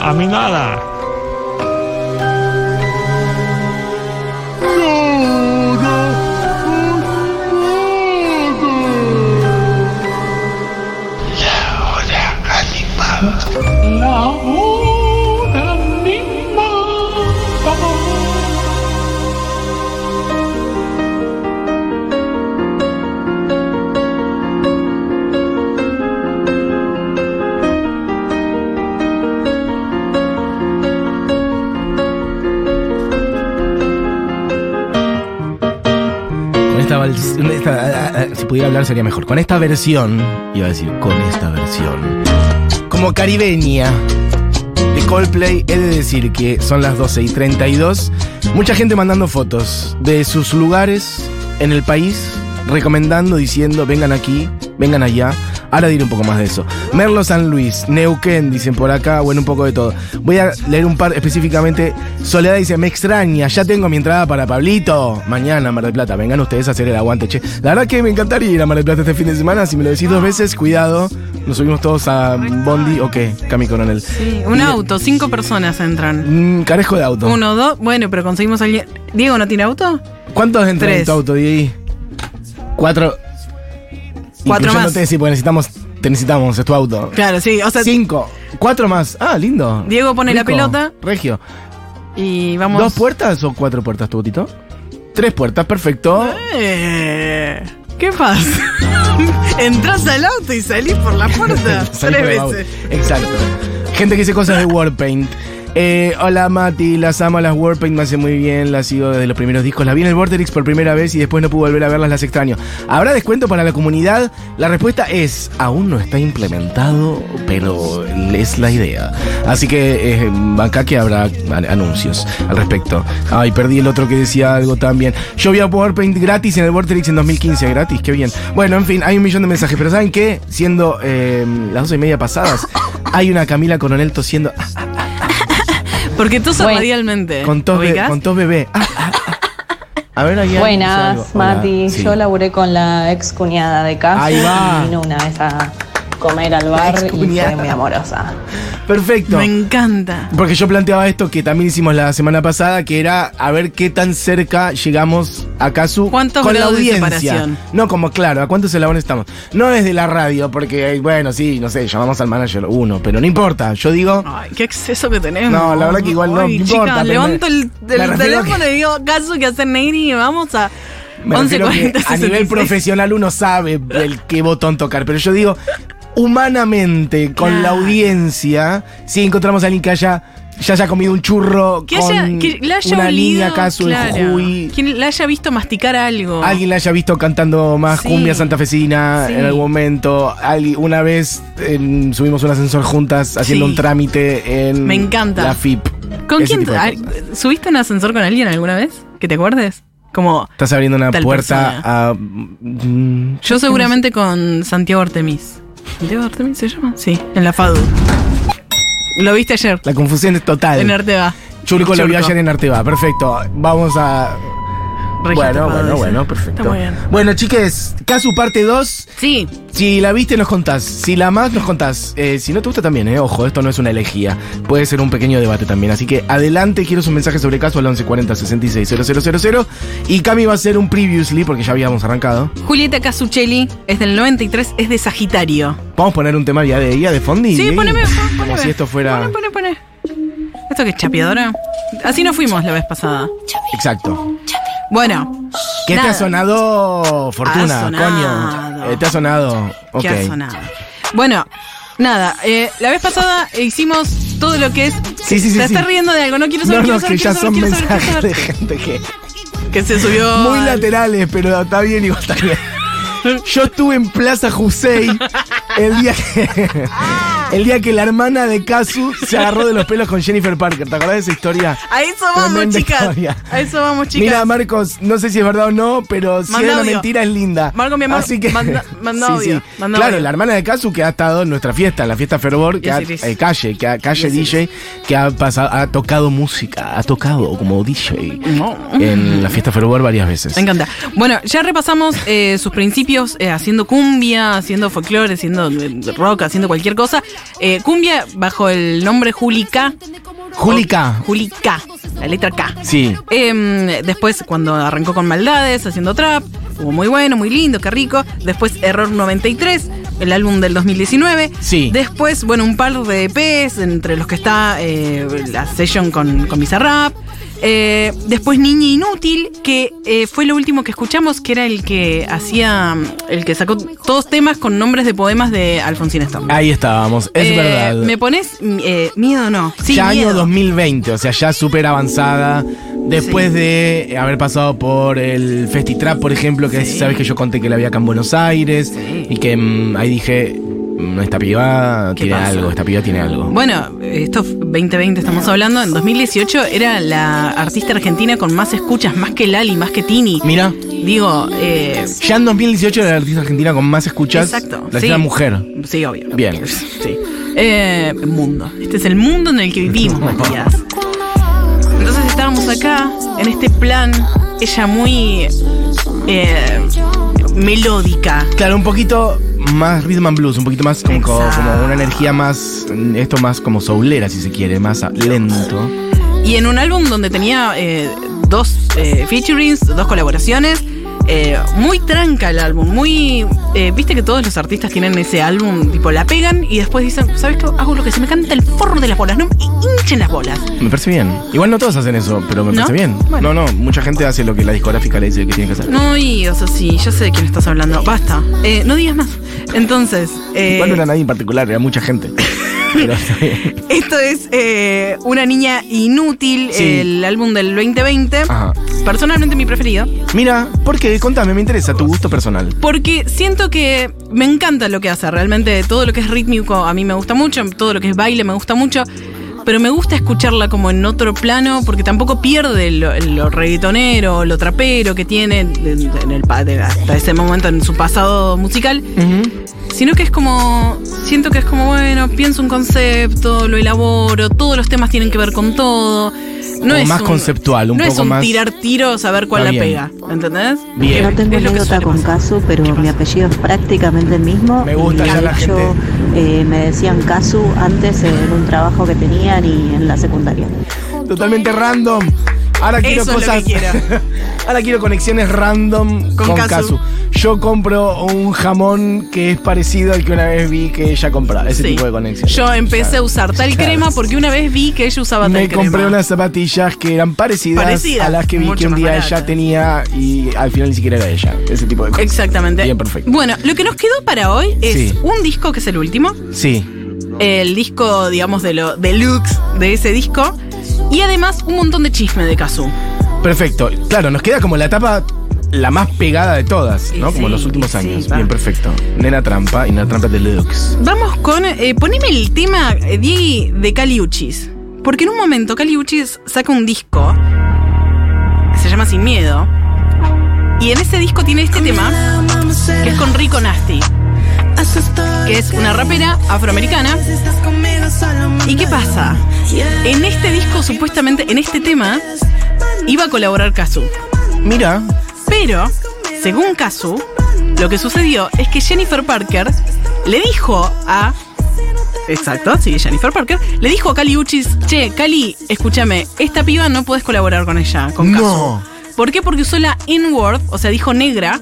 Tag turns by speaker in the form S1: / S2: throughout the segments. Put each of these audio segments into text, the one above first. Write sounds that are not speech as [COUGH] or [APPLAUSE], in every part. S1: a mí nada. La hora animada.
S2: Con esta, vals- con esta- ah, ah, si pudiera hablar sería mejor. Con esta versión, iba a decir, con esta versión. Como caribeña de Coldplay, he de decir que son las 12 y 32. Mucha gente mandando fotos de sus lugares en el país, recomendando, diciendo, vengan aquí, vengan allá. Ahora diré un poco más de eso. Merlo San Luis, Neuquén, dicen por acá, bueno, un poco de todo. Voy a leer un par específicamente. Soledad dice, me extraña, ya tengo mi entrada para Pablito. Mañana, Mar del Plata, vengan ustedes a hacer el aguante, che. La verdad que me encantaría ir a Mar del Plata este fin de semana. Si me lo decís dos veces, cuidado. Nos subimos todos a Bondi o qué, Cami Coronel.
S3: Sí, un auto, cinco personas entran.
S2: Mm, carejo de auto.
S3: Uno, dos, bueno, pero conseguimos alguien. ¿Diego no tiene auto?
S2: ¿Cuántos entran en
S3: Tres.
S2: tu auto, Diego? Cuatro.
S3: Cuatro
S2: Incluyéndote,
S3: más.
S2: Sí, porque necesitamos, te necesitamos, es tu auto.
S3: Claro, sí, o sea,
S2: Cinco. Cuatro más. Ah, lindo.
S3: Diego pone la
S2: Rico.
S3: pelota.
S2: Regio.
S3: y vamos.
S2: ¿Dos puertas o cuatro puertas tu botito? Tres puertas, perfecto.
S3: Ah. Eh, ¿Qué pasa? [LAUGHS] Entrás al auto y salís por la puerta
S2: [LAUGHS] Salí
S3: tres
S2: por el
S3: veces.
S2: baúl. Exacto. Gente que dice cosas de Warpaint. Eh, hola Mati, las amo, las Warpaint me hace muy bien, las sigo desde los primeros discos. Las vi en el Vorterix por primera vez y después no pude volver a verlas, las extraño. ¿Habrá descuento para la comunidad? La respuesta es, aún no está implementado, pero es la idea. Así que eh, acá que habrá an- anuncios al respecto. Ay, perdí el otro que decía algo también. Yo vi a Warpaint gratis en el Vorterix en 2015, gratis, qué bien. Bueno, en fin, hay un millón de mensajes, pero ¿saben qué? Siendo eh, las doce y media pasadas, hay una Camila Coronel tosiendo ah,
S3: Porque tú
S4: Bueno.
S3: radialmente.
S2: con tos, be-
S3: ¿ubicás?
S2: con tos bebé. Ah, ah, ah. A ver, ahí
S4: Buenas, Mati. Yo laburé con la ex cuñada de casa.
S2: Ahí va.
S4: Y vino una vez a comer al bar y
S2: excuñada.
S4: fue muy amorosa.
S2: Perfecto.
S3: Me encanta.
S2: Porque yo planteaba esto que también hicimos la semana pasada, que era a ver qué tan cerca llegamos a Casu
S3: ¿Cuántos
S2: con la
S3: grados de
S2: audiencia.
S3: separación?
S2: No, como claro, ¿a cuántos eslabones estamos? No desde la radio, porque eh, bueno, sí, no sé, llamamos al manager uno, pero no importa. Yo digo,
S3: Ay, qué exceso que tenemos.
S2: No, la verdad que igual no
S3: Ay,
S2: importa,
S3: chicas,
S2: pero me-
S3: levanto el,
S2: me
S3: el
S2: refiero a que-
S3: teléfono y digo, caso que hace Neyri y vamos a
S2: me refiero que
S3: 11.40.
S2: a nivel profesional uno sabe el qué botón tocar, pero yo digo, humanamente, con la
S3: Claro.
S2: audiencia, si encontramos a alguien que haya, ya haya comido un churro,
S3: Que,
S2: con
S3: haya, que la haya
S2: una
S3: olido,
S2: niña Casu
S3: claro.
S2: en Jujuy,
S3: Quien la haya visto masticar algo.
S2: Alguien la haya visto cantando más
S3: Sí.
S2: cumbia santafesina
S3: Sí.
S2: en algún momento. Alguien- una vez en- subimos un ascensor juntas haciendo
S3: Sí.
S2: un trámite en
S3: Me encanta.
S2: la FIP.
S3: ¿Con
S2: Ese
S3: quién?
S2: tipo de
S3: ah,
S2: cosas.
S3: ¿Subiste un ascensor con alguien alguna vez? ¿Que te acuerdes? Como
S2: Estás abriendo una
S3: Tal
S2: puerta
S3: persona.
S2: a. mm,
S3: yo seguramente con Santiago Ortemis. ¿Santiago Ortemis se llama? Sí, en la FADU. Lo viste ayer,
S2: La confusión es total.
S3: en Arteba.
S2: Churco lo vio
S3: Churco.
S2: ayer en Arteba. Perfecto. Vamos a.
S3: Registro
S2: bueno,
S3: FADU,
S2: bueno,
S3: dice.
S2: bueno, perfecto.
S3: Está muy bien.
S2: Bueno, chiques, Casu parte 2.
S3: Sí,
S2: Si la viste, nos contás. Si la más, nos contás. Eh, si no te gusta también, eh. Ojo, esto no es una elegía. Puede ser un pequeño debate también. Así que adelante, quiero su mensaje sobre caso al 1140 000 Y Cami va a hacer un previously, porque ya habíamos arrancado.
S3: Julieta Casuccelli es del 93, es de Sagitario.
S2: Vamos a poner un tema ya de ella, de Fondi.
S3: Sí,
S2: Diego?
S3: poneme, pon- poneme.
S2: Como si esto fuera.
S3: Poné, poné, poné. ¿Esto qué es chapeadora? Así no fuimos la vez pasada.
S2: Exacto.
S3: Bueno,
S2: ¿Qué te
S3: Nada.
S2: ha sonado, Fortuna?
S3: Ha sonado.
S2: Coño. Eh, te ha sonado. Ok.
S3: ¿qué ha sonado? Bueno, nada, eh, la vez pasada hicimos todo lo que es.
S2: Sí, sí, sí,
S3: Te
S2: sí.
S3: estás riendo de algo, no quiero
S2: No,
S3: saber,
S2: no,
S3: quiero
S2: que
S3: saber,
S2: ya
S3: quiero
S2: son
S3: saber, quiero saber, quiero
S2: mensajes de
S3: saber.
S2: gente que.
S3: Que
S2: [LAUGHS]
S3: se subió.
S2: Muy
S3: al-
S2: laterales, pero está bien igual está bien. Yo estuve en Plaza Jusei el día que, el día que la hermana de Casu se agarró de los pelos con Jennifer Parker. ¿Te acordás de esa historia?
S3: A eso vamos,
S2: Tremenda
S3: chicas.
S2: historia.
S3: A eso vamos, chicas.
S2: Mira, Marcos, no sé si es verdad o no, pero si
S3: Manda
S2: es una
S3: audio.
S2: mentira es linda.
S3: Marco, mi amor,
S2: Así que,
S3: manda-
S2: [LAUGHS]
S3: manda audio, manda
S2: claro,
S3: audio.
S2: la hermana de Casu que ha estado en nuestra fiesta, en la fiesta Fervor, que
S3: Yes,
S2: ha,
S3: it is.
S2: eh, calle, que ha, calle
S3: Yes, it
S2: DJ, que ha pasado, ha tocado música, ha tocado como DJ
S3: No.
S2: en la fiesta Fervor varias veces.
S3: Me encanta. Bueno, ya repasamos eh, sus principios eh, haciendo cumbia, haciendo folclore, haciendo eh, rock, haciendo cualquier cosa. Eh, cumbia bajo el nombre Julica.
S2: Julica.
S3: Julica, la letra K.
S2: Sí.
S3: Em, después, cuando arrancó con Maldades, haciendo trap, estuvo muy bueno, muy lindo, qué rico. Después, Error 93, el álbum del 2019.
S2: Sí.
S3: Después, bueno, un par de EPs, entre los que está eh, la session con, con Bizarrap. Eh, después, Niña Inútil, que eh, fue lo último que escuchamos, que era el que hacía, el que sacó todos temas con nombres de poemas de Alfonsín Storm.
S2: Ahí estábamos, es
S3: Eh,
S2: verdad.
S3: ¿Me pones eh, miedo o no? Sí,
S2: ya año
S3: miedo.
S2: 2020, o sea, ya súper avanzada. Después
S3: Sí.
S2: de haber pasado por el Festitrap, por ejemplo, que
S3: Sí.
S2: sabes que yo conté que la había acá en Buenos Aires
S3: Sí.
S2: y que mm, ahí dije, "Mm, esta piba
S3: ¿Qué
S2: tiene
S3: pasa?
S2: algo, esta piba tiene algo.
S3: Bueno, esto 2020 estamos hablando. En 2018 era la artista argentina con más escuchas, más que Lali, más que Tini.
S2: Mira,
S3: Digo, eh,
S2: ya en 2018 era la artista argentina con más escuchas,
S3: Exacto,
S2: la
S3: sí.
S2: artista mujer.
S3: sí, obvio. ¿no?
S2: Bien.
S3: Sí. Eh, mundo. Este es el mundo en el que vivimos, Matías. Entonces estábamos acá, en este plan, ella muy eh, melódica.
S2: Claro, un poquito más rhythm and blues, un poquito más como, como
S3: Exacto.
S2: una energía más, mm, esto más como soulera, si se quiere, más a- lento.
S3: Y en un álbum donde tenía eh, dos eh, featurings, dos colaboraciones, eh, muy tranca el álbum, muy... eh, Viste que todos los artistas tienen ese álbum, tipo la pegan y después dicen, ¿sabes qué? Hago lo que se me canta el forro de las bolas, no me hinchen las bolas.
S2: Me parece bien. Igual no todos hacen eso, pero me
S3: ¿No?
S2: parece bien.
S3: Bueno.
S2: No, no, mucha gente hace lo que la discográfica le dice que tiene que hacer.
S3: No, y o sea, sí, yo sé de quién estás hablando, basta, Eh, no digas más. Entonces, eh,
S2: Igual no era nadie en particular, era mucha
S3: [LAUGHS]
S2: gente. Pero está bien.
S3: esto es eh, Una Niña Inútil,
S2: Sí.
S3: el álbum del 2020,
S2: Ajá.
S3: personalmente mi preferido.
S2: Mira, ¿por qué? Contame, me interesa tu gusto personal.
S3: Porque siento que me encanta lo que hace, realmente todo lo que es rítmico a mí me gusta mucho, todo lo que es baile me gusta mucho, pero me gusta escucharla como en otro plano porque tampoco pierde lo, lo reggaetonero, lo trapero que tiene en- en el pa- de- hasta ese momento en su pasado musical, sino que es como, siento que es como, bueno, pienso un concepto, lo elaboro, todos los temas tienen que ver con todo. No
S2: Como
S3: es
S2: más
S3: un-
S2: conceptual, un
S3: no es
S2: poco
S3: un
S2: más-
S3: tirar tiros a ver cuál
S2: Está
S3: la
S2: bien.
S3: pega, ¿entendés?
S2: Bien.
S5: No tengo
S3: Es lo que
S5: anécdota
S3: suele
S5: con
S3: pasar.
S5: Casu, pero
S3: ¿Qué
S5: mi
S3: pasa?
S5: apellido es prácticamente el mismo.
S2: Me gusta,
S5: Y,
S2: ya
S5: de
S2: la
S5: hecho,
S2: gente-
S5: eh, me decían Casu antes en un trabajo que tenían y en la secundaria.
S2: Totalmente random. Ahora quiero
S3: Eso es lo
S2: cosas.
S3: que quiero.
S2: [LAUGHS] Ahora quiero conexiones random
S3: Con
S2: con,
S3: Casu.
S2: Casu. Yo compro un jamón que es parecido al que una vez vi que ella compraba. Ese
S3: Sí.
S2: este tipo de conexiones.
S3: Yo empecé a usar tal
S2: Claro.
S3: crema porque una vez vi que ella usaba
S2: Me
S3: tal crema.
S2: compré unas zapatillas que eran parecidas,
S3: Parecidas,
S2: a las que vi
S3: mucho
S2: que un
S3: más
S2: día
S3: baratas.
S2: ella tenía y al final ni siquiera era ella. Ese tipo de cosas.
S3: Exactamente.
S2: Bien, perfecto.
S3: Bueno, lo que nos quedó para hoy es
S2: Sí.
S3: un disco que es el último,
S2: Sí.
S3: el disco, digamos, de lo deluxe de ese disco, y además un montón de chisme de Kazoo.
S2: Perfecto. Claro, nos queda como la etapa la más pegada de todas, ¿no?
S3: Sí,
S2: como los últimos
S3: sí,
S2: años.
S3: va.
S2: Bien, perfecto. Nena Trampa y Nena Trampa Deluxe.
S3: Vamos con. eh, poneme el tema, eh, Diegui, de Caliuchis. Porque en un momento Caliuchis saca un disco que se llama Sin Miedo. Y en ese disco tiene este tema, que es con Rico Nasty. Que es una rapera afroamericana. ¿Y qué pasa? En este disco, supuestamente, en este tema, iba a colaborar Kazu.
S2: Mira,
S3: Pero, según Kazu, lo que sucedió es que Jennifer Parker le dijo a. Exacto, sí, Jennifer Parker. Le dijo a Cali Uchis, che, Cali, escúchame, esta piba no puedes colaborar con ella, con Kazu.
S2: No.
S3: ¿Por qué? Porque usó la N-word, o sea, dijo negra,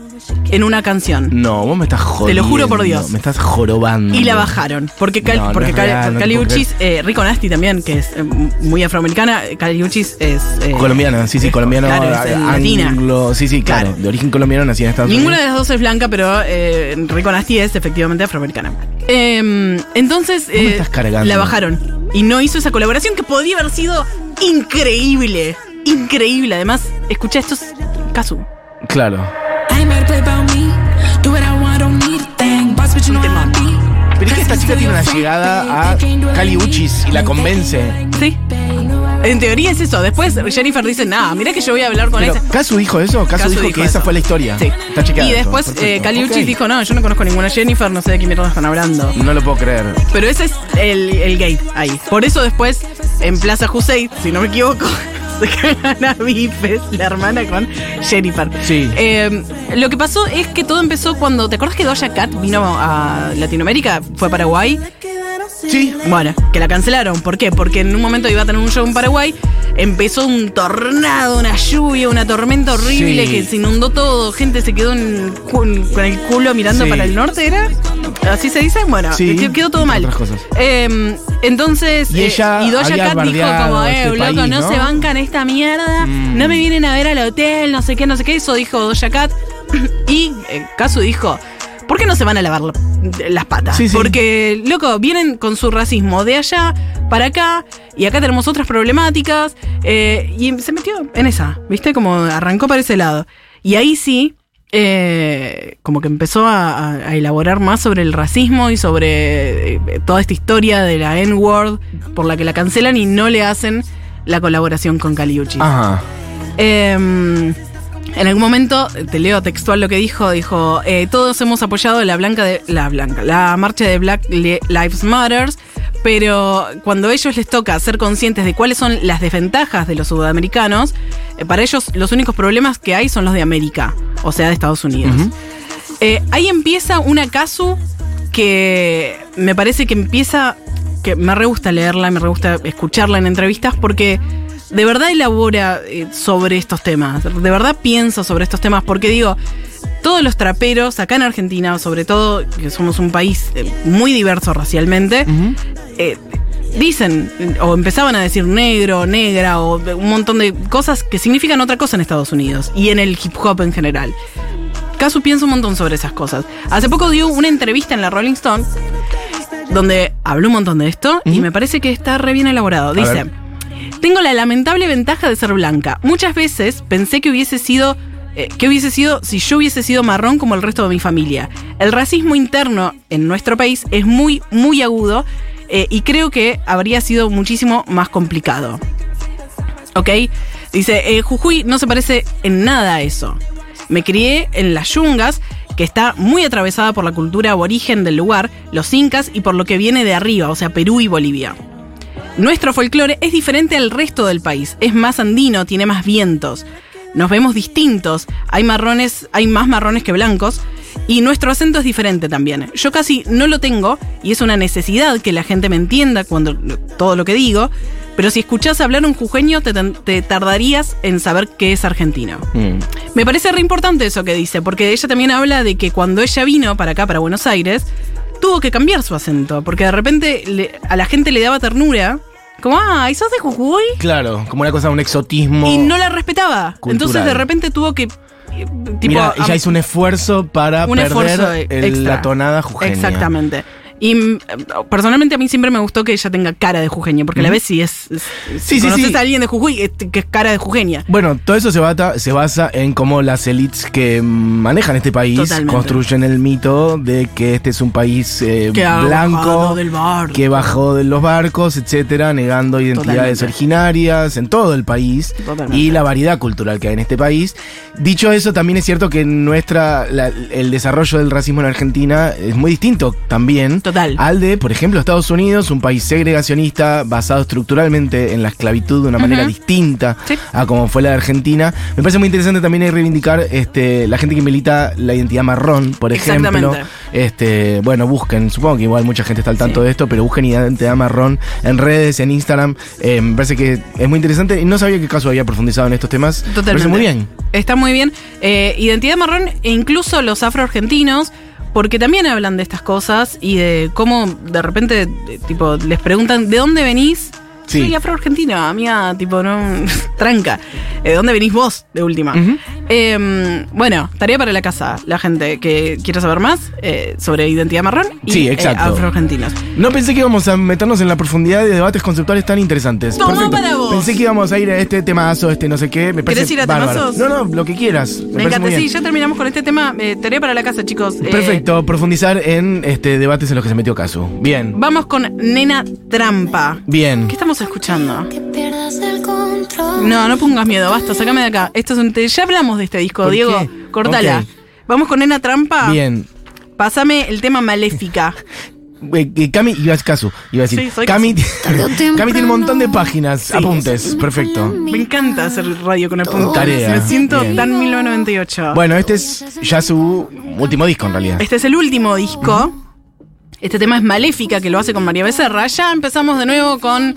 S3: en una canción.
S2: no, vos me estás jodiendo.
S3: Te lo juro por Dios.
S2: Me estás jorobando.
S3: Y la bajaron. Porque, Cal-
S2: No, no
S3: porque
S2: es
S3: Cal-
S2: real, no te
S3: Cali
S2: puedo
S3: Uchis, eh, Rico Nasty también, que es eh, muy afroamericana, Cali Uchis es. eh,
S2: Colombiana, sí, sí, colombiano.
S3: Claro, es, eh, latina.
S2: anglo- sí, sí, claro,
S3: Claro.
S2: De origen colombiano nacida en Estados
S3: Ninguna de
S2: Unidos.
S3: las dos es blanca, pero eh, Rico Nasty es efectivamente afroamericana. Em, entonces
S2: me estás cargando.
S3: la bajaron y no hizo esa colaboración que podía haber sido increíble. Increíble. Además, escucha estos Kazu.
S2: Claro.
S6: I ain't made a play about me. Do what I want, don't need a thing. Boss, bitch, you know how I be.
S2: Pero es que esta chica tiene una llegada a Cali Uchis y la convence.
S3: Sí. En teoría es eso. Después Jennifer dice, nada, mira que yo voy a hablar con
S2: Pero,
S3: esa.
S2: ¿Casu dijo eso? ¿Casu
S3: Kazu
S2: dijo,
S3: dijo
S2: que esa
S3: eso.
S2: fue la historia?
S3: Sí.
S2: Está chequeado
S3: y
S2: todo,
S3: después
S2: perfecto.
S3: eh, Caliuchis
S2: Ok.
S3: dijo, no, yo no conozco ninguna Jennifer, no sé de qué mierda están hablando.
S2: No lo puedo creer.
S3: Pero ese es el, el gate ahí. Por eso después, en Plaza Hussein, si no me equivoco, [LAUGHS] se cagan a bifes la hermana con Jennifer.
S2: Sí.
S3: Eh, lo que pasó es que todo empezó cuando. ¿Te acuerdas que Doja Cat vino a Latinoamérica? Fue a Paraguay.
S2: Sí.
S3: Bueno, que la cancelaron. ¿Por qué? Porque en un momento iba a tener un show en Paraguay, empezó un tornado, una lluvia, una tormenta horrible
S2: Sí.
S3: que se inundó todo, gente se quedó en- con con el culo mirando
S2: Sí.
S3: para el norte, ¿era? ¿Así se dice? Bueno,
S2: Sí,
S3: que- quedó todo
S2: entre
S3: mal.
S2: otras cosas.
S3: Eh, entonces,
S2: Y
S3: eh,
S2: ella
S3: y Doja
S2: había
S3: Cat dijo
S2: bardeado
S3: como,
S2: a
S3: eh,
S2: este
S3: loco,
S2: país,
S3: no,
S2: ¿no?
S3: se bancan esta mierda,
S2: Mm.
S3: no me vienen a ver al hotel, no sé qué, no sé qué, eso dijo Doja Cat. [CLEARS THROAT] y eh, Casu dijo, ¿por qué no se van a lavar la- las patas?
S2: Sí, sí.
S3: Porque, loco, vienen con su racismo de allá para acá y acá tenemos otras problemáticas. eh, y se metió en esa, ¿viste? Como arrancó para ese lado. Y ahí sí, eh, como que empezó a, a- a elaborar más sobre el racismo y sobre eh, toda esta historia de la N-Word por la que la cancelan y no le hacen la colaboración con Caliucci.
S2: Ajá.
S3: Eh, en algún momento, te leo textual lo que dijo, dijo, eh, todos hemos apoyado la blanca de, la blanca, la marcha de Black Li- Lives Matters, pero cuando a ellos les toca ser conscientes de cuáles son las desventajas de los sudamericanos, eh, para ellos los únicos problemas que hay son los de América, o sea, de Estados Unidos.
S2: Ujú.
S3: Eh, ahí empieza una casu que me parece que empieza, que me re gusta leerla, me re gusta escucharla en entrevistas porque de verdad elabora eh, sobre estos temas, de verdad piensa sobre estos temas porque digo, todos los traperos acá en Argentina, sobre todo que somos un país eh, muy diverso racialmente,
S2: Ujú.
S3: eh, dicen o empezaban a decir negro, negra o de- un montón de cosas que significan otra cosa en Estados Unidos y en el hip hop en general. Casu piensa un montón sobre esas cosas. Hace poco dio una entrevista en la Rolling Stone donde habló un montón de esto y
S2: Ujú.
S3: me parece que está re bien elaborado. Dice,
S2: ver.
S3: tengo la lamentable ventaja de ser blanca. Muchas veces pensé que hubiese sido eh, ¿Qué hubiese sido si yo hubiese sido marrón como el resto de mi familia? El racismo interno en nuestro país es muy, muy agudo eh, y creo que habría sido muchísimo más complicado. ¿Ok? Dice, eh, Jujuy no se parece en nada a eso. Me crié en las yungas, que está muy atravesada por la cultura aborigen del lugar, los incas y por lo que viene de arriba, o sea, Perú y Bolivia. Nuestro folclore es diferente al resto del país, es más andino, tiene más vientos. Nos vemos distintos, hay marrones, hay más marrones que blancos y nuestro acento es diferente también. Yo casi no lo tengo y es una necesidad que la gente me entienda cuando todo lo que digo, pero si escuchás hablar un jujeño te, tan- te tardarías en saber que es argentino.
S2: Mm.
S3: Me parece re importante eso que dice, porque ella también habla de que cuando ella vino para acá, para Buenos Aires, tuvo que cambiar su acento, porque de repente le- a la gente le daba ternura, como, ah, ¿y sos de Jujuy?
S2: Claro, como una cosa, un exotismo.
S3: Y no la respetaba.
S2: Cultural.
S3: Entonces de repente tuvo que... eh, Tipo,
S2: Mira,
S3: am-
S2: ella hizo un esfuerzo para
S3: un
S2: perder
S3: esfuerzo
S2: el-
S3: extra.
S2: la tonada jujeña.
S3: Exactamente. Y mm, personalmente a mí siempre me gustó que ella tenga cara de jujeña, porque la
S2: Ujú.
S3: ves si es... es-
S2: Sí,
S3: si
S2: sí,
S3: conoces
S2: sí.
S3: a alguien de Jujuy este, que es cara de jujeña.
S2: Bueno, todo eso se basa, se basa en cómo las élites que manejan este país
S3: Totalmente.
S2: construyen el mito de que este es un país eh,
S3: Que ha bajado
S2: blanco
S3: del bar.
S2: que bajó de los barcos, etcétera, negando identidades
S3: Totalmente.
S2: originarias en todo el país
S3: Totalmente.
S2: y la variedad cultural que hay en este país. Dicho eso, también es cierto que nuestra la- el desarrollo del racismo en Argentina es muy distinto también
S3: Total.
S2: al de, por ejemplo, Estados Unidos, un país segregacionista basado estructuralmente en la esclavitud de una manera
S3: Ujú.
S2: distinta
S3: Sí.
S2: a como fue la de Argentina. Me parece muy interesante también ahí reivindicar este, la gente que milita la identidad marrón, por ejemplo.
S3: Exactamente.
S2: Este, bueno, busquen, supongo que igual mucha gente está al tanto
S3: Sí.
S2: de esto, pero busquen identidad marrón en redes, en Instagram. Eh, me parece que es muy interesante y no sabía que caso había profundizado en estos temas. Me
S3: Totalmente.
S2: parece muy bien.
S3: Está muy bien. Eh, identidad marrón e incluso los afroargentinos, porque también hablan de estas cosas y de cómo de repente de- tipo les preguntan, ¿de dónde venís?
S2: Sí.
S3: Soy afroargentina, mía, tipo, no, [LAUGHS] tranca. Eh, ¿De dónde venís vos, de última?
S2: Ujú.
S3: Eh, bueno, tarea para la casa, la gente que quiera saber más eh, sobre identidad marrón y
S2: Sí, exacto.
S3: eh, afroargentinos.
S2: No pensé que íbamos a meternos en la profundidad de debates conceptuales tan interesantes.
S3: Tomá para vos.
S2: Pensé que íbamos a ir a este temazo, este no sé qué. Me parece
S3: ¿Querés ir a
S2: bárbaro.
S3: temazos?
S2: No, no, lo que quieras. Me,
S3: Me
S2: parece muy
S3: encanta,
S2: bien.
S3: sí, ya terminamos con este tema. Eh, tarea para la casa, chicos. Eh,
S2: Perfecto, profundizar en este debates en los que se metió Casu. Bien,
S3: vamos con Nena Trampa.
S2: bien.
S3: ¿Qué estamos escuchando?
S7: Pierdas el control.
S3: No, no pongas miedo, basta, sácame de acá. Esto es un te- Ya hablamos de este disco,
S2: ¿Por
S3: Diego.
S2: qué?
S3: Cortala.
S2: Ok.
S3: Vamos con Nena Trampa.
S2: Bien.
S3: Pásame el tema Maléfica.
S2: Eh, eh, Cami, ibas Casu, iba a decir.
S3: Sí, soy
S2: Cami,
S7: Tarde o
S2: [LAUGHS]
S7: temprano.
S2: Cami tiene un montón de páginas, apuntes, perfecto.
S3: Me encanta hacer radio con apuntes.
S2: Oh, Tarea.
S3: Me siento
S2: Bien.
S3: tan 1998.
S2: Bueno, este es ya su último disco en realidad.
S3: Este es el último disco. Este tema es Maléfica, que lo hace con María Becerra. Ya empezamos de nuevo con,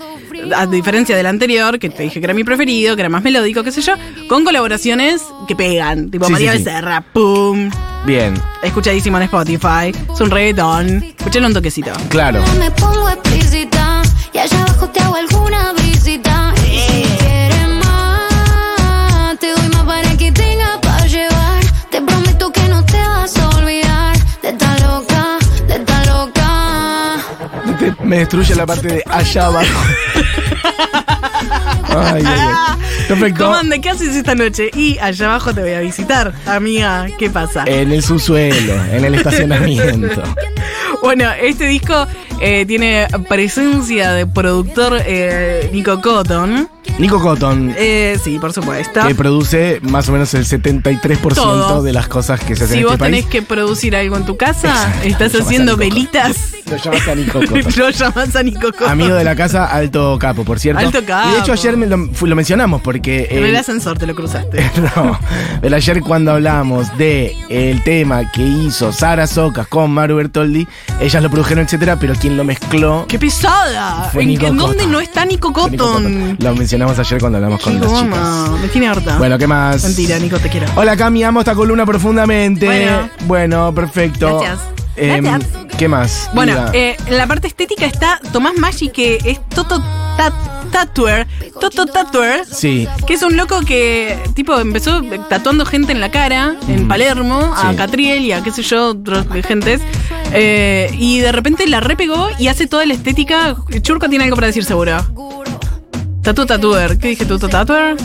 S3: a diferencia del anterior, que te dije que era mi preferido, que era más melódico, qué sé yo, con colaboraciones que pegan. Tipo
S2: Sí, sí,
S3: María
S2: sí.
S3: Becerra, ¡pum!
S2: Bien,
S3: Escuchadísimo en Spotify. Es un reggaetón. Escuchalo un toquecito.
S2: claro.
S7: No me pongo explícita. Y allá abajo te hago alguna visita. Y si quieres más, te doy más para que tengas para llevar. Te prometo que no te vas a olvidar de esta loca, de esta loca.
S2: Te- me destruye la parte de allá abajo.
S3: [LAUGHS]
S2: ay, ay, ay. Perfecto.
S3: Comande, Ah, ¿qué haces esta noche? Y allá abajo te voy a visitar, amiga. ¿Qué pasa?
S2: En el subsuelo, en el estacionamiento.
S3: Bueno, este disco eh, tiene presencia de productor eh, Nico Cotton.
S2: Nico Cotton,
S3: Eh, sí, por supuesto.
S2: que produce más o menos el 73%
S3: Todo.
S2: de las cosas que se hacen
S3: Si
S2: en
S3: vos
S2: este país.
S3: tenés que producir algo en tu casa,
S2: Exacto,
S3: estás
S2: lo llamas
S3: haciendo
S2: a Nico
S3: velitas.
S2: Lo llamas a
S3: [LAUGHS]
S2: Nico Cotton.
S3: Lo llamás a Nico Cotton.
S2: Amigo
S3: [LAUGHS]
S2: de la casa, alto capo, por cierto.
S3: Alto capo.
S2: Y de hecho ayer me lo, fu- lo mencionamos porque...
S3: En
S2: eh,
S3: el ascensor te lo cruzaste.
S2: [LAUGHS] no, el ayer cuando hablamos de el tema que hizo Sara Socas con Maru Bertoldi, ellas lo produjeron, etcétera, pero quien lo mezcló
S3: ¡Qué pesada!
S2: Fue
S3: ¿En,
S2: Nico
S3: en dónde
S2: Cotton.
S3: no está Nico
S2: fue Nico
S3: Cotton?
S2: Lo mencionamos ayer cuando hablamos
S3: ¡Qué
S2: con las
S3: goma!
S2: chicas.
S3: Me tiene harta.
S2: Bueno, ¿qué más?
S3: Mentira, Nico, te quiero.
S2: Hola Cami, amo esta columna profundamente.
S3: Bueno.
S2: Bueno, perfecto.
S3: Gracias.
S2: Em,
S3: Gracias.
S2: ¿Qué más?
S3: Bueno,
S2: Diga.
S3: eh, en la parte estética está Tomás Maggi, que es Toto Ta- Tatuer. Toto Tatuer.
S2: Sí.
S3: Que es un loco que, tipo, empezó tatuando gente en la cara, en Palermo, a
S2: Sí.
S3: Catriel y a qué sé yo, otros gentes. eh, y de repente la repegó y hace toda la estética. Churco tiene algo para decir seguro. Tatu Tatuer. ¿Qué dije? ¿Toto Tatuer?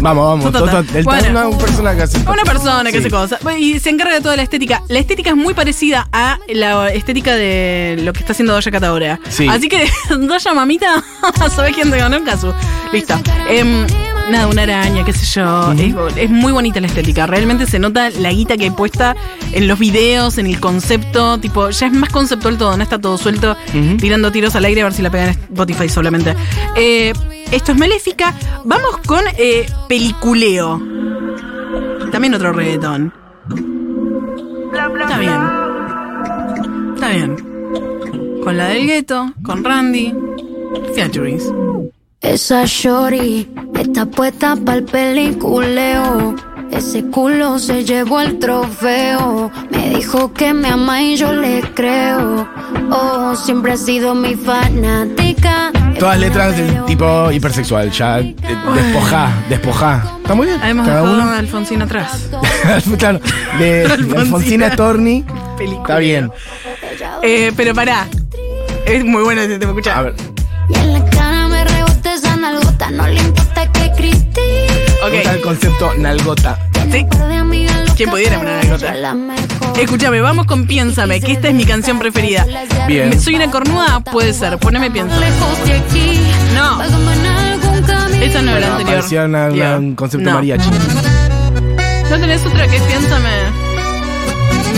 S2: Vamos, vamos.
S3: Tota,
S2: Tota,
S3: tota.
S2: el
S3: Bueno.
S2: Tota es un personaje así.
S3: Una persona
S2: Sí.
S3: que hace cosas. Bueno, Y se encarga de toda la estética. La estética es muy parecida a la estética de lo que está haciendo Doja Cat ahora.
S2: Sí.
S3: Así que, [LAUGHS] Doja mamita, [LAUGHS] sabes quién te ganó en caso. Listo. Em, nada, una araña, qué sé yo. Es bo- Es, muy bonita la estética. Realmente se nota la guita que hay puesta en los videos, en el concepto. Tipo, ya es más conceptual todo, no está todo suelto, tirando tiros al aire a ver si la pegan en Spotify solamente. Eh, esto es Maléfica. Vamos con eh, peliculeo. También otro reggaetón. Está bien. Está bien. Con la del gueto, con Randy. Featurings.
S7: Esa shorty está puesta para el peliculeo. Ese culo se llevó el trofeo. Me dijo que me ama y yo le creo. Oh, siempre ha sido mi fanática.
S2: Todas letras del tipo hipersexual, ya eh, despojá, despojá. Está muy bien.
S3: Hemos
S2: Cada
S3: dejado
S2: uno. [LAUGHS]
S3: a Alfonsín atrás.
S2: claro, de
S3: [LAUGHS] Alfonsina.
S2: Alfonsina Torni. Está bien.
S3: Eh, pero pará. Es muy bueno este tema, escuchá.
S2: A ver,
S7: Y en la cara me rebota esa nalgota. No le importa que critique.
S2: me gusta el
S3: Ok.
S2: concepto nalgota.
S3: Sí.
S7: Par de amigas locas,
S3: ¿Quién pudiera una
S7: pero
S3: anécdota? Eh,
S7: yo la mejor.
S3: Escúchame, vamos con Piénsame, que esta es mi canción preferida.
S2: Bien.
S3: ¿Soy una cornuda? Puede ser. Poneme Piénsame.
S7: Lejos de aquí.
S3: No.
S7: Pégame en algún camino.
S3: Esa no era la anterior.
S2: Parecía una-
S3: Yeah.
S2: una- un concepto
S3: No.
S2: mariachi.
S3: ¿No tenés otra que es Piénsame?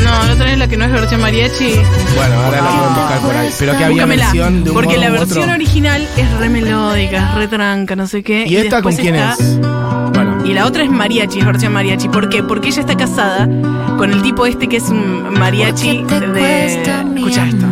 S3: No, no tenés la que no es versión mariachi.
S2: Bueno, ahora la pueden buscar por ahí. Pero que había
S3: Búscamela,
S2: versión de un
S3: porque
S2: modo
S3: la
S2: u
S3: versión
S2: otro.
S3: original es re melódica, es re tranca, no sé qué.
S2: ¿Y esta con
S3: después
S2: quién
S3: está-
S2: es? Bueno,
S3: Y la otra es mariachi, es versión mariachi. ¿Por qué? Porque ella está casada con el tipo este que es un mariachi
S7: ¿Por qué te cuesta
S3: de...
S7: mi
S3: Escucha esto.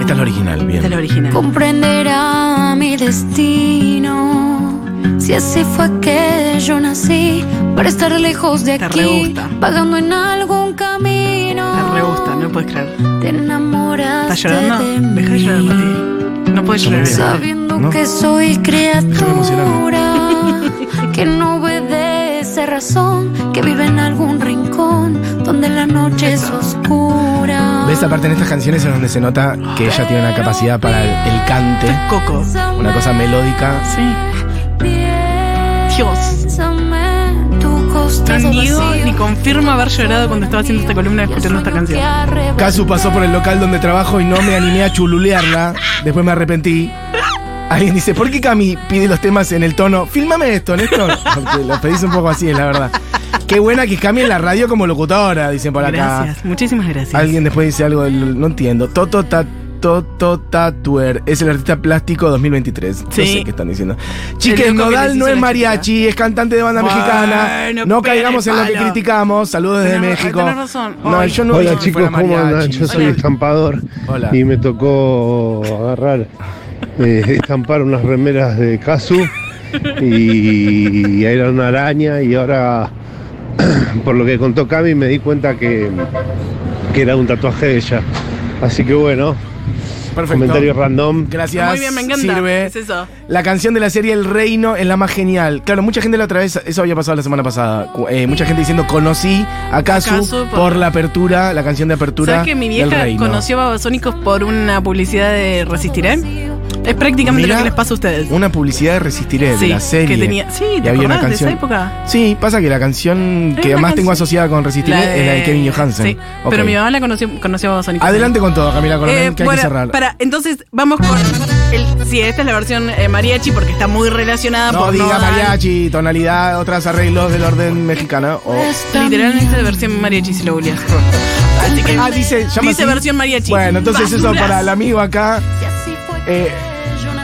S2: esta es la original,
S3: Esta es la
S2: bien.
S3: original.
S7: comprenderá mi destino. Si así fue que yo nací, para estar lejos de
S3: Te
S7: aquí,
S3: regusta.
S7: pagando en algún camino.
S3: La re gusta, no puedes creer.
S7: Te enamoraste
S3: ¿Estás llorando?
S7: de
S3: Deja de
S7: mí,
S3: llorar, Mati. No puedes llorar.
S7: Sabiendo
S2: No.
S7: que soy criatura,
S2: emocionarme.
S7: que no obedece razón, que vive en algún rincón donde la noche es oscura.
S2: ¿Ves? Aparte en estas canciones es donde se nota que ella tiene una capacidad para el, el cante,
S3: Coco.
S2: una cosa melódica.
S3: Sí. Dios.
S7: Tu
S3: No
S7: costado
S3: niego
S7: vacío.
S3: ni confirmo haber llorado cuando estaba haciendo esta columna escuchando esta canción.
S2: Casu pasó por el local donde trabajo y no me animé a chululearla. Después me arrepentí. Alguien dice, ¿por qué Cami pide los temas en el tono? Fílmame esto, Néstor. Porque lo pedís un poco así, es la verdad. Qué buena que Cami en la radio como locutora, dicen por acá.
S3: Gracias, muchísimas gracias.
S2: Alguien después dice algo, del- no entiendo. Toto ta- Toto Tatuer. Es el artista plástico 2023. No
S3: Sí.
S2: sé qué están diciendo. Chiques,
S3: loco que les
S2: Nodal
S3: hizo
S2: no es
S3: la
S2: mariachi, es cantante de banda
S3: Bueno,
S2: mexicana. No
S3: pega
S2: caigamos
S3: el
S2: en lo que
S3: palo.
S2: criticamos. Saludos desde
S3: Tenés-
S2: México.
S3: tenés razón.
S2: No,
S3: Ay.
S2: yo no
S8: Hola
S2: dije que
S8: chicos,
S2: fuera
S8: ¿cómo
S2: mariachi.
S8: andan? Yo soy
S3: Hola.
S8: estampador
S2: Hola.
S8: y me tocó agarrar, eh, estampar unas remeras de Casu y, era una araña y ahora, [CLEARS THROAT] por lo que contó Cami, me di cuenta que, que era un tatuaje de ella. Así que bueno,
S2: Perfecto.
S8: comentario random.
S2: Gracias.
S3: Muy bien, me encanta.
S2: Sirve.
S3: Es eso.
S2: La canción de la serie El Reino es la más genial. Claro, mucha gente la otra vez, eso había pasado la semana pasada. Cu- eh, mucha gente diciendo conocí a Kazu
S3: Kazu
S2: por,
S3: por-
S2: la apertura, la canción de apertura.
S3: ¿Sabes que mi
S2: del
S3: vieja
S2: Reino.
S3: conoció Babasónicos por una publicidad de Resistiré? Es prácticamente
S2: Mirá,
S3: lo que les pasa a ustedes.
S2: Una publicidad de Resistiré, de
S3: Sí,
S2: la serie.
S3: que tenía- sí,
S2: Y
S3: ¿te
S2: había una
S3: acordás de esa
S2: canción.
S3: época?
S2: Sí, pasa que la canción
S3: Hay
S2: que
S3: una
S2: más tengo
S3: canción-
S2: asociada con Resistiré es la de Kevin Johansen.
S3: Sí,
S2: Ok.
S3: pero mi mamá la conoció, conoció a Babasónicos.
S2: Adelante con todo, Camila Coronel,
S3: Eh,
S2: que hay
S3: bueno,
S2: que cerrar.
S3: para, entonces vamos con. El, sí, esta es la versión eh, mariachi porque está muy relacionada
S2: no
S3: por
S2: diga
S3: Nodal.
S2: mariachi, tonalidad, otras arreglos del orden mexicana. o-
S3: Este- Literalmente versión mariachi si lo googleas. Así que-
S2: Ah, dice, llama
S3: Dice
S2: así.
S3: versión mariachi.
S2: Bueno, entonces eso
S3: Basuras.
S2: para el amigo acá. Eh,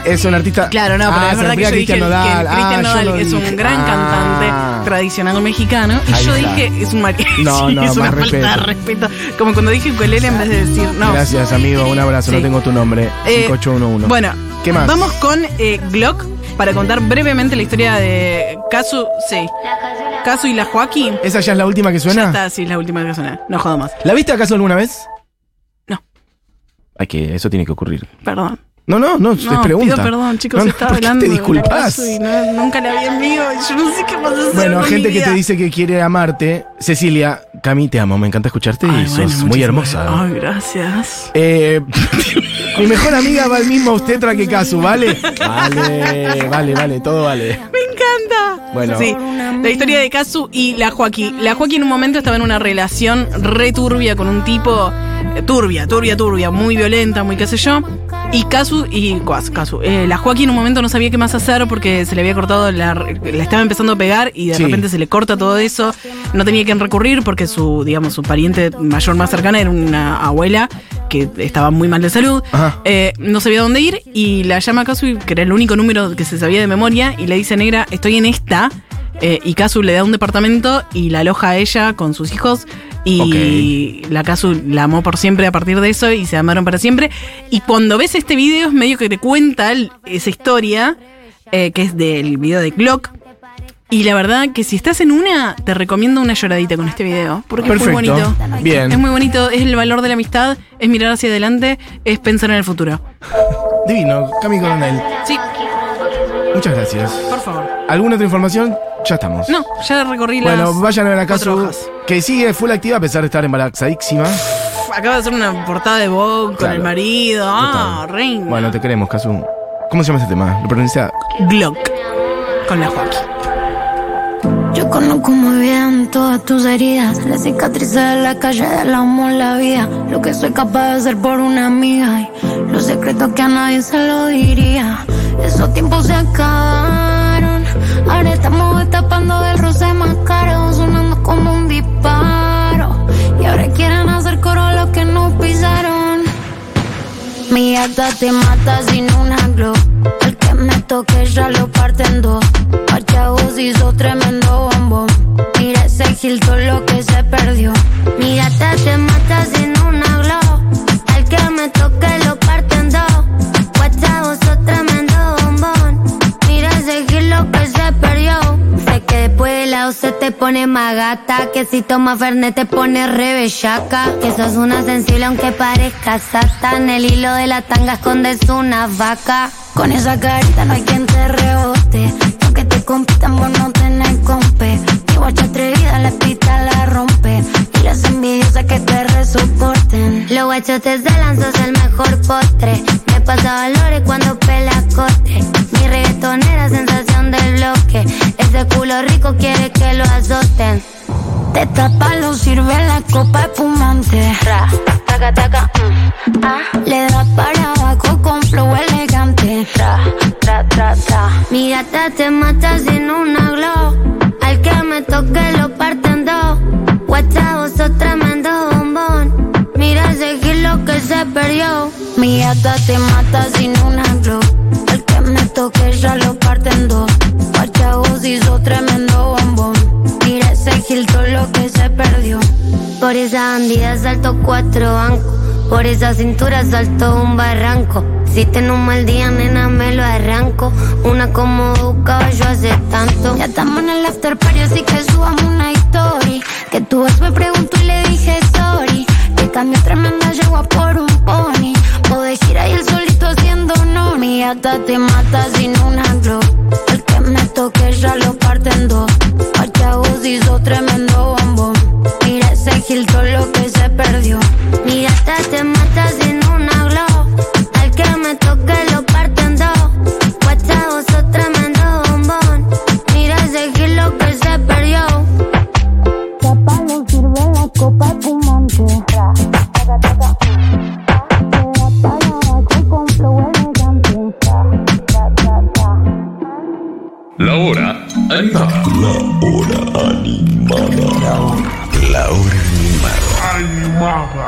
S2: es un artista.
S3: Claro, no, pero
S2: Ah,
S3: es
S2: se
S3: verdad que
S2: refería
S3: yo
S2: a
S3: dije
S2: Cristian
S3: el-
S2: Nodal.
S3: que el Cristian
S2: Ah, yo
S3: Nodal
S2: lo
S3: es
S2: dije.
S3: un gran
S2: Ah.
S3: cantante tradicional mexicano. Y
S2: Ahí
S3: yo
S2: está.
S3: dije es un mariachi. [LAUGHS]
S2: No, no,
S3: es una
S2: más
S3: falta de respeto. Como cuando dije ukelele en vez de decir no.
S2: Gracias, amigo. Un abrazo. No
S3: Sí.
S2: tengo tu nombre.
S3: Eh,
S2: 5811.
S3: Bueno,
S2: ¿Qué más?
S3: Vamos con eh, Glock para contar brevemente la historia de Casu. Sí. Casu y la Joaquín.
S2: ¿Esa ya es la última que
S3: Ya
S2: suena?
S3: está, sí, es la última que suena. No jodo más.
S2: ¿La viste acaso alguna vez?
S3: No.
S2: Hay que, eso tiene que ocurrir.
S3: Perdón.
S2: No, no, no, es
S3: No,
S2: pregunta.
S3: pido perdón, chicos,
S2: No, no,
S3: estaba
S2: ¿por qué
S3: hablando.
S2: Te
S3: de la
S2: disculpas.
S3: Casu y no- nunca la vi en vivo. y Yo no sé qué pasó.
S2: Bueno, gente que te dice que quiere amarte. Cecilia, Cami, te amo, me encanta escucharte y sos muy hermosa.
S3: Ay, gracias.
S2: Eh, mi mejor amiga va al mismo obstetra que Casu, ¿vale? Vale, vale, vale, todo vale.
S3: Me encanta.
S2: Bueno.
S3: Sí, la historia de Kazu y la Joaquí. La Joaquí en un momento estaba en una relación re turbia con un tipo. eh, Turbia, turbia, turbia, muy violenta, muy qué sé yo. Y Kazu y. Kazu, Kazu, eh, la Joaquín en un momento no sabía qué más hacer porque se le había cortado la. La estaba empezando a pegar y de
S2: Sí.
S3: repente se le corta todo eso. No tenía quien recurrir porque su, digamos, su pariente mayor más cercana era una abuela que estaba muy mal de salud.
S2: Ajá.
S3: Eh, no sabía dónde ir y la llama Kazu, que era el único número que se sabía de memoria, y le dice, negra, estoy en esta. Eh, y Kazu le da un departamento y la aloja a ella con sus hijos. Y la Kazu la amó por siempre a partir de eso y se amaron para siempre. Y cuando ves este video, es medio que te cuenta el- esa historia, eh, que es del video de Glock. Y la verdad que si estás en una, te recomiendo una lloradita con este video. Porque es muy
S2: Perfecto.
S3: bonito.
S2: Bien.
S3: Es muy bonito, es el valor de la amistad, es mirar hacia adelante, es pensar en el futuro.
S2: Divino, Cami Coronel.
S3: Sí,
S2: Muchas gracias.
S3: por favor.
S2: ¿Alguna otra información? Ya estamos.
S3: No, ya recorrí las.
S2: Bueno, vayan a ver a
S3: cuatro
S2: Casu,
S3: hojas.
S2: que sigue full activa a pesar de estar embarazadísima.
S3: Uf, Acaba de hacer una portada de Vogue con
S2: Claro.
S3: el marido. Ah,
S2: Total.
S3: reina.
S2: Bueno, te queremos, Casu. ¿Cómo se llama ese tema? Lo pronuncia.
S3: Glock. Con la Joaquín.
S7: Yo conozco muy bien todas tus heridas, las cicatrices de la calle, del amor, la vida, lo que soy capaz de hacer por una amiga y los secretos que a nadie se lo diría. Esos tiempos se acabaron, ahora estamos destapando del roce más caro, sonando como un disparo. Y ahora quieren hacer coro a los que nos pisaron. Mi gata te mata sin una glow. El que me toque ya lo parten dos. Pachavos hizo tremendo bombón. Mira ese gil todo lo que se perdió. Mi gata te mata sin una glow. El que me toque lo parten dos. Pachavos hizo tremendo bombón. Mira ese gil lo que se perdió. Sé que después de la se te pone más gata. Que si toma Fernet te pone re bellaca. Que sos una sensible aunque parezca satán. El hilo de la tanga escondes una vaca. Con esa carita no hay quien te rebote. Lo que te compitan vos no tenés compe. Mi guacha atrevida la pista la rompe. Y las envidiosas que te resoporten. Los guachotes de lanza es el mejor postre. Me pasa valores cuando pela cote. Mi reggaetonera sensación del bloque. Ese culo rico quiere que lo azoten. Te tapa, lo sirve la copa espumante. Ra, taca, taca, mm. Ah, Le da para abajo con flow elegante. Tra, tra, tra, tra. Mi gata te mata sin una glow. Al que me toque lo parten dos. WhatsApp, sos tremendo bombón. Mira ese gil lo que se se perdió. Mi gata te mata sin un glow. El que me toque ya lo parten dos. Pachavos hizo tremendo bombón. Mira ese gil, todo lo que se perdió. Por esa bandida salto cuatro bancos. Por esa cintura salto un barranco. Si tengo un mal día, nena, me lo arranco. Una como un caballo hace tanto. Ya estamos en el after party, así que subamos una story. Que tu ex me preguntó y le dije sorry. Que cambió tremenda yegua por un pony. O de gira y el solito haciendo no. Mi gata te mata sin una glow. El que me toque ya lo parten dos. Pachavos hizo tremendo bombón. Mira ese gil, todo lo que se perdió. Mi gata te mata sin una glow. Al que me toque lo parten dos. Pachavos hizo tremendo bombón. Mira ese gil, lo que se perdió. Papá no sirve la copa fumante.
S9: La hora animada.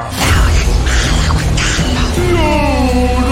S1: No,